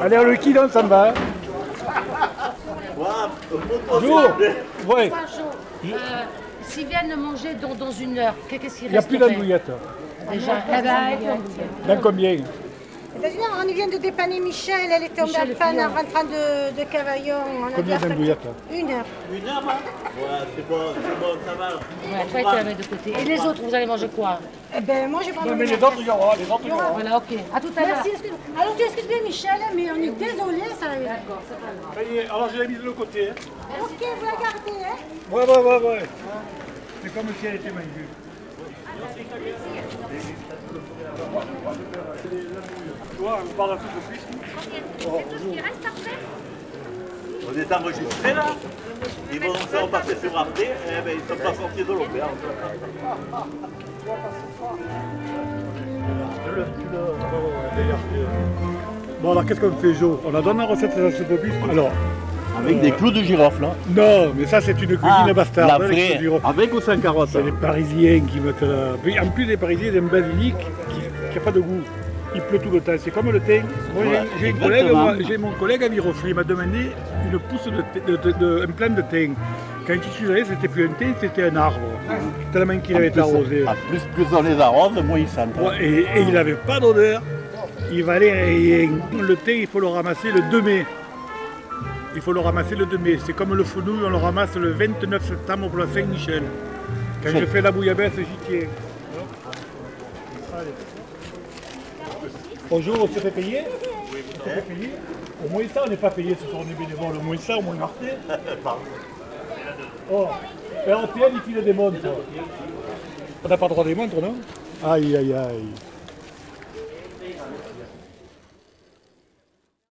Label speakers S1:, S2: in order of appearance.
S1: Allez, on le quitte, on s'en va. hein. Yo Ouais,
S2: Trois jours. Euh, S'ils viennent manger dans, dans une heure, que- qu'est-ce qu'il
S1: il n'y a
S2: reste
S1: plus
S2: ouvert
S1: d'andouillette.
S2: Déjà, Eh ben,
S1: Dans combien
S3: D'ailleurs, on vient de dépanner Michel, elle est tombée
S2: Michel,
S3: en panne
S2: le
S3: en rentrant de, de Cavaillon. On a
S1: Combien
S3: dû la partir.
S1: d'andouillettes
S3: Une heure.
S4: Une heure, hein Ouais, c'est bon, c'est bon, ça va.
S2: ouais, toi, tu la mets de côté. Et les autres, vous allez manger quoi
S3: Eh ben, moi, j'ai pas
S1: Mais
S3: envie
S1: les autres, il y aura, les autres, il y aura.
S2: Voilà, ok. À tout à l'heure.
S3: Merci, excuse-moi. Alors, tu excuses bien Michel, mais on est désolé, ça va être.
S1: Ça y est, alors je l'ai mise de côté. hein.
S3: Ok, vous la gardez, hein
S1: Ouais, ouais, ouais, ouais. C'est comme si elle était mangée. Tu vois, on parle un peu de plus.
S4: On est enregistré là Ils vont se repasser sur Arte, eh ben, ils sont pas sortis de l'opéra.
S1: Bon, alors qu'est-ce qu'on fait, Jo On la donne la recette à ce bobby Alors,
S4: Avec des clous de girofle, là.
S1: non, mais ça, c'est une cuisine bastarde. hein, les clous du roi.
S4: Avec ou sans carotte
S1: C'est les Parisiens qui mettent la... Puis, En plus, les Parisiens aiment basilic qui n'a pas de goût. Il pleut tout le temps. C'est comme le thym. Moi, j'ai- j'ai
S4: Voilà,
S1: une
S4: exactement.
S1: collègue, moi, j'ai mon collègue à Viroflay. Il m'a demandé une pousse de, thym- de- de- de- un plant de thym. Quand il suis allé, c'était plus un thym, c'était un arbre. Tellement qu'il avait été arrosé.
S4: En Ah, plus, plus on les arrose, moins ils sentent.
S1: Ouais, Et, et il n'avait pas d'odeur. Il valait rien. Le thym, il faut le ramasser le 2 mai. Il faut le ramasser le 2 mai. C'est comme le fenouil, on le ramasse le 29 septembre pour la Saint-Michel. Quand je fais la bouillabaisse, j'y tiens. Allez. Bonjour, on se fait payer On se fait payer Au moins ça, on n'est pas payé ce soir, on est bénévole. Au moins ça, au moins Martin. Oh, RTL, il file des montres. On n'a pas le droit des montres, non Aïe, aïe, aïe.